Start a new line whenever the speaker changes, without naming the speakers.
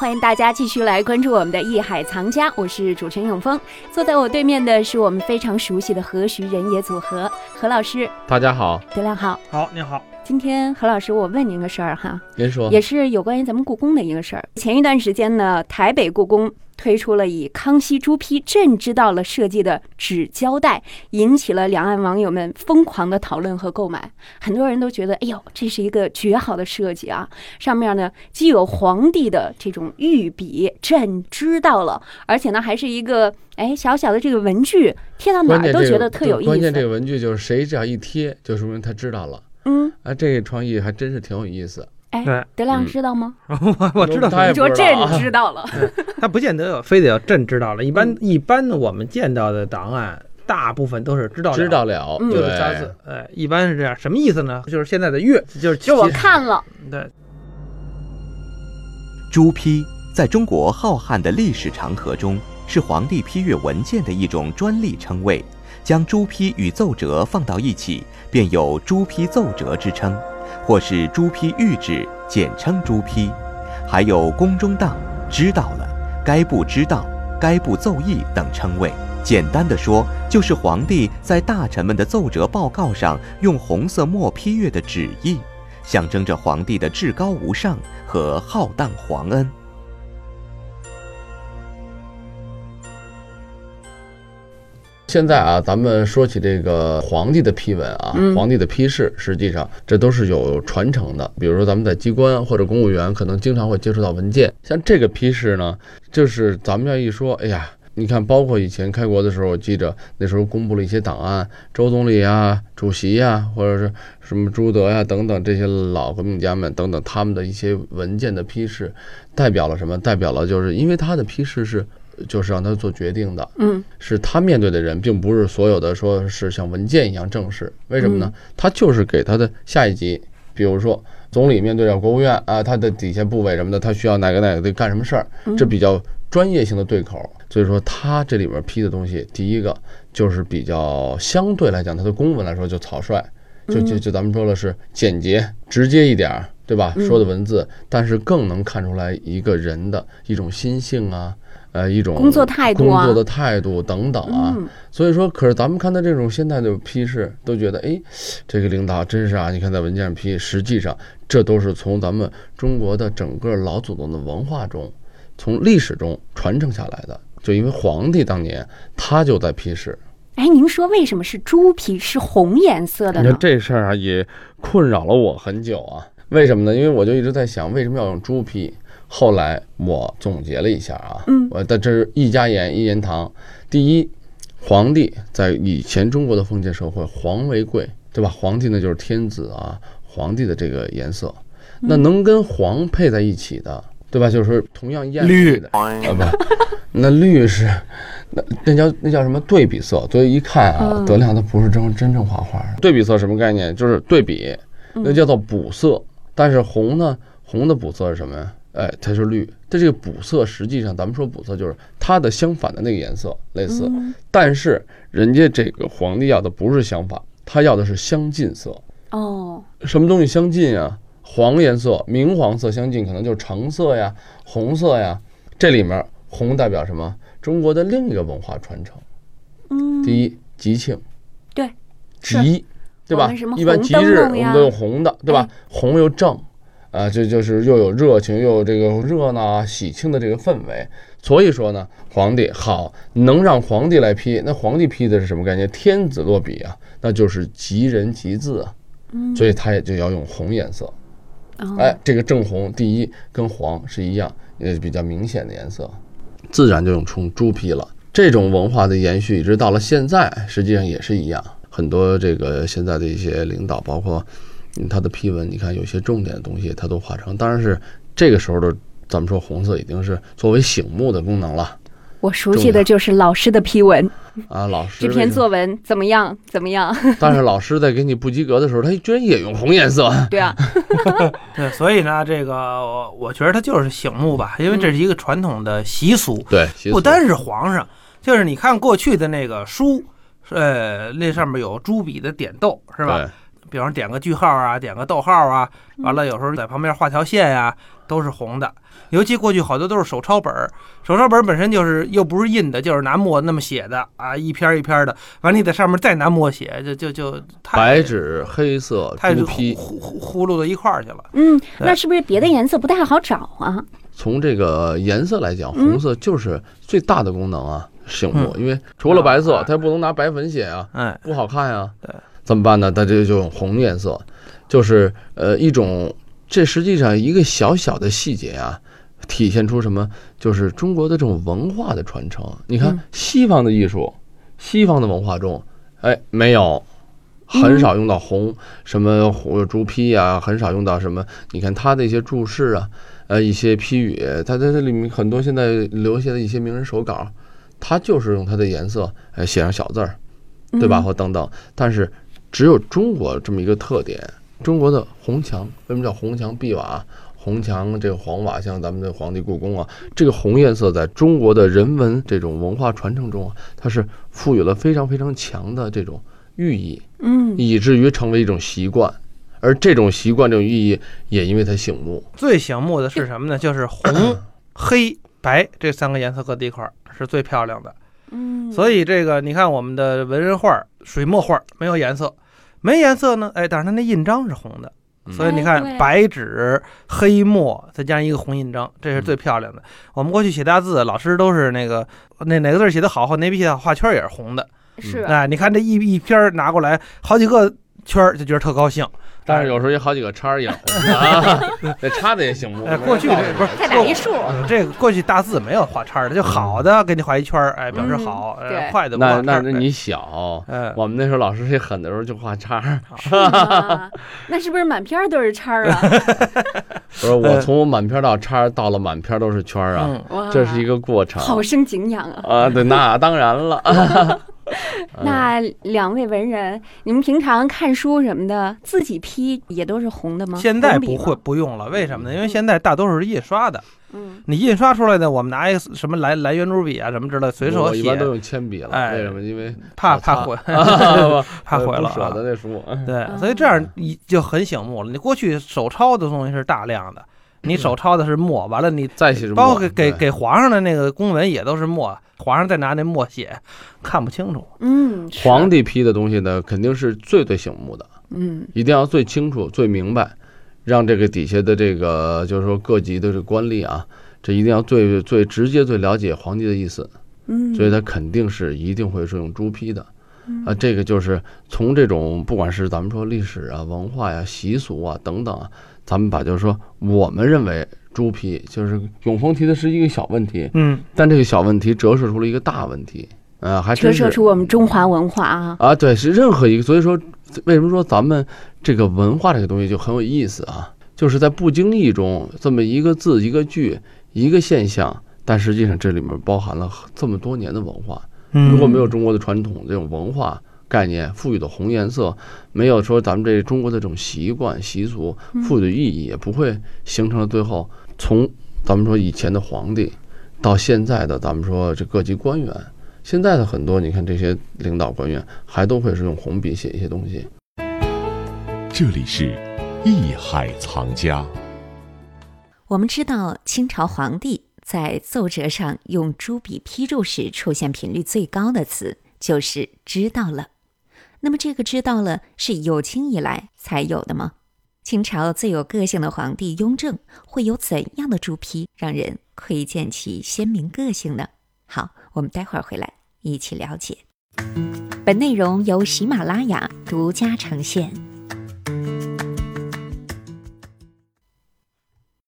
欢迎大家继续来关注我们的《艺海藏家》，我是主持人永峰。坐在我对面的是我们非常熟悉的何许人也组合，何老师，
大家好，
德亮好。
好，你 好，
今天何老师，我问您个事儿哈，
您说
也是有关于咱们故宫的一个事儿。前一段时间呢，台北故宫推出了以康熙朱批“朕知道了”设计的纸胶带，引起了两岸网友们疯狂的讨论和购买。很多人都觉得，哎呦，这是一个绝好的设计啊！上面呢既有皇帝的这种御笔“朕知道了”，而且呢还是一个哎小小的这个文具，贴到哪
关
儿
键
都
这
觉
个
得特有意思。
关键这个文具就是谁只要一贴，就说明他知道了。
嗯，
啊，这个创意还真是挺有意思。
哎
对，
德亮
嗯
知道吗？
我我知道
他也
你说
不知
朕
道啊。
知道了，
他不见得非得要朕知道了，一般
嗯
一般的我们见到的档案，大部分都是知道了
知道了，
嗯
就
对
是仨字，哎，一般是这样，什么意思呢？就是现在的月，就是
就我
其实
看了。
对，
朱批在中国浩瀚的历史长河中，是皇帝批阅文件的一种专利称谓。将朱批与奏折放到一起，便有朱批奏折之称，或是朱批谕旨，简称朱批。还有宫中档、知道了、该部知道、该部奏议等称谓。简单的说，就是皇帝在大臣们的奏折报告上用红色墨批阅的旨意。象征着皇帝的至高无上和浩荡皇恩。
现在啊，咱们说起这个皇帝的批文啊，
嗯
皇帝的批示，实际上这都是有传承的。比如说咱们在机关或者公务员，可能经常会接触到文件。像这个批示呢，就是咱们要一说，哎呀，你看，包括以前开国的时候，我记着那时候公布了一些档案，周总理啊、主席呀、或者是什么朱德呀、等等这些老革命家们等等他们的一些文件的批示，代表了什么？代表了就是因为他的批示是。就是让他做决定的，
嗯，
是他面对的人，并不是所有的说是像文件一样正式。为什么呢？他就是给他的下一级，比如说总理面对着国务院啊，他的底下部委什么的，他需要哪个哪个得干什么事儿，这比较专业性的对口。所以说，他这里面批的东西，第一个就是比较相对来讲，他的公文来说就草率，就就就咱们说了是简洁直接一点儿，对吧？
嗯
说的文字，但是更能看出来一个人的一种心性啊。呃，一种
工作态度啊
工作的态度等等啊，
嗯
所以说，可是咱们看他这种现在的批示，都觉得哎，这个领导真是啊！你看在文件上批，实际上这都是从咱们中国的整个老祖宗的文化中，从历史中传承下来的。就因为皇帝当年他就在批示，
哎，您说为什么是猪皮是红颜色的
你看
呢？
这事儿啊，也困扰了我很久啊。为什么呢？因为我就一直在想，为什么要用猪皮？后来我总结了一下啊，
嗯
我但这是一家言一言堂。第一，皇帝在以前中国的封建社会，皇为贵，对吧？皇帝呢就是天子啊，皇帝的这个颜色，
嗯
那能跟黄配在一起的，对吧？就是说同样艳丽的，啊不，那绿是那那叫那叫什么对比色，所以一看啊，
嗯
德亮他不是真真正画画的。对比色什么概念？就是对比，那叫做补色。但是红呢，红的补色是什么呀？哎，它是绿。它这个补色实际上，咱们说补色就是它的相反的那个颜色类似，但是人家这个皇帝要的不是相反，他要的是相近色。
哦，
什么东西相近啊？黄颜色、明黄色相近，可能就是橙色呀、红色呀。这里面红代表什么？中国的另一个文化传承。
嗯，
第一，吉庆，
对，
吉，对
我
吧
们什么？
一般
红
吉
灯
日
笼
我
呀哎
们都用红的，对吧？红又正，啊，这就是又有热情，又有这个热闹啊、喜庆的这个氛围。所以说呢，皇帝好能让皇帝来批，那皇帝批的是什么概念？天子落笔啊，那就是吉人吉字啊，
嗯
所以他也就要用红颜色。
哦
哎，这个正红，第一跟黄是一样，也是比较明显的颜色，自然就用冲朱批了。这种文化的延续，一直到了现在，实际上也是一样。很多这个现在的一些领导，包括嗯他的批文，你看有些重点的东西，他都画成。当然是这个时候的，咱们说红色已经是作为醒目的功能了
我熟悉的就是老师的批文，
啊。老师
这
为
篇
什么
作文怎么样？怎么样？
但是老师在给你不及格的时候，他居然也用红颜色。
对啊，
对，所以呢，这个我我觉得它就是醒目吧，因为这是一个传统的习俗，
对，习俗
不单是皇上，就是你看过去的那个书，呃，那上面有朱笔的点逗，是吧？
对
比方点个句号啊，点个逗号啊，完了有时候在旁边画条线呀、都是红的。尤其过去好多都是手抄本儿，手抄本儿本身就是又不是印的，就是拿墨那么写的啊，一篇儿一篇儿的，完你在上面再拿墨写，就就就太
白纸黑色
太
朱
糊
批，
糊糊糊弄到一块儿去了。
嗯，
对
那是不是别的颜色不太好找啊？
从这个颜色来讲，
嗯
红色就是最大的功能啊，醒目，因为除了白色
嗯啊，
它不能拿白粉写啊，
哎，
不好看啊。
对，
怎么办呢？大家就用红颜色，就是呃一种，这实际上一个小小的细节啊，体现出什么？就是中国的这种文化的传承。你看
嗯
西方的艺术，西方的文化中，哎，没有。很少用到红，什么红朱批啊，很少用到什么。你看他的一些注释啊，呃，一些批语，他在这里面很多现在留下的一些名人手稿，他就是用它的颜色，哎，写上小字儿，对吧？
嗯
或等等。但是只有中国这么一个特点，中国的红墙为什么叫红墙碧瓦？红墙这个黄瓦，像咱们的皇帝故宫啊，这个红颜色在中国的人文这种文化传承中啊，它是赋予了非常非常强的这种寓意，
嗯，
以至于成为一种习惯。而这种习惯、这种寓意，也因为它醒目。
最醒目的是什么呢？就 是红、黑、白这三个颜色搁在一块儿是最漂亮的。
嗯，
所以这个你看我们的文人画儿、水墨画儿没有颜色，没颜色呢，哎，但是它那印章是红的。
嗯
所以你
哎对
看，白纸、黑墨，再加上一个红印章，
嗯
这是最漂亮的。我们过去写大字，老师都是那个那哪个字儿写的好，或哪笔写的好，画圈儿也是红的。
是啊
哎，你看这一一篇儿拿过来，好几个圈儿，就觉得特高兴。
但是有时候有好几个叉儿也 啊，那叉子也醒目。
哎，过去这不是
再打一竖，
哦
呃这个过去大字没有画叉儿的，就好的给你画一圈儿，哎，表示好；
嗯
呃
对
坏的
嗯
不
那
画叉
那
儿。
那你小，
哎，
我们那时候老师谁狠的时候就画叉儿。
是吗啊那是不是满篇儿都是叉儿啊？
呃
不是我从满篇到叉儿，到了满篇都是圈儿啊，
嗯，
哇，
这是一个过程。
好生敬仰啊！
啊，对，那当然了。嗯
那两位文人，你们平常看书什么的，自己批也都是红的吗？
现在
红笔
不
吗
会，不用了，为什么呢？因为现在大多数是印刷的，
嗯，
你印刷出来的，我们拿一个什么来来圆珠笔啊什么之类， 随手
我一般都
写，
用铅笔了，
哎
为什么？因为
怕
我擦
怕毁，怕毁了
不舍得
啊。
那书。
嗯
对，所以这样一就很醒目了。你过去手抄的东西是大量的，你手抄的是墨，完了你
再写什么？
包括给给
对
给皇上的那个公文也都是墨，皇上再拿那墨写，看不清楚。
嗯，是
皇，帝批的东西呢，肯定是最最醒目的。
嗯
一定要最清楚、最明白，让这个底下的这个就是说各级的这个官吏啊，这一定要最最直接、最了解皇帝的意思，
嗯，
所以他肯定是一定会是用朱批的
嗯
啊。这个就是从这种不管是咱们说历史啊、文化呀、习俗啊等等啊，咱们把就是说我们认为朱批就是永丰提的是一个小问题，
嗯，
但这个小问题折射出了一个大问题，啊，还
折
真是
射出我们中华文化啊，
啊，对，是任何一个，所以说为什么说咱们这个文化这个东西就很有意思啊？就是在不经意中，这么一个字、一个句、一个现象，但实际上这里面包含了这么多年的文化。
嗯
嗯
如果没有中国的传统这种文化概念赋予的红颜色，没有说咱们这中国的这种习惯习俗赋予的意义，也不会形成了最后从咱们说以前的皇帝到现在的咱们说这各级官员，现在的很多你看这些领导官员还都会是用红笔写一些东西。
这里是《艺海藏家》。
我们知道，清朝皇帝在奏折上用朱笔批注时出现频率最高的词就是“知道了”。那么，这个“知道了”是有清以来才有的吗？清朝最有个性的皇帝雍正会有怎样的朱批，让人窥见其鲜明个性呢？好，我们待会儿回来一起了解。本内容由喜马拉雅独家呈现。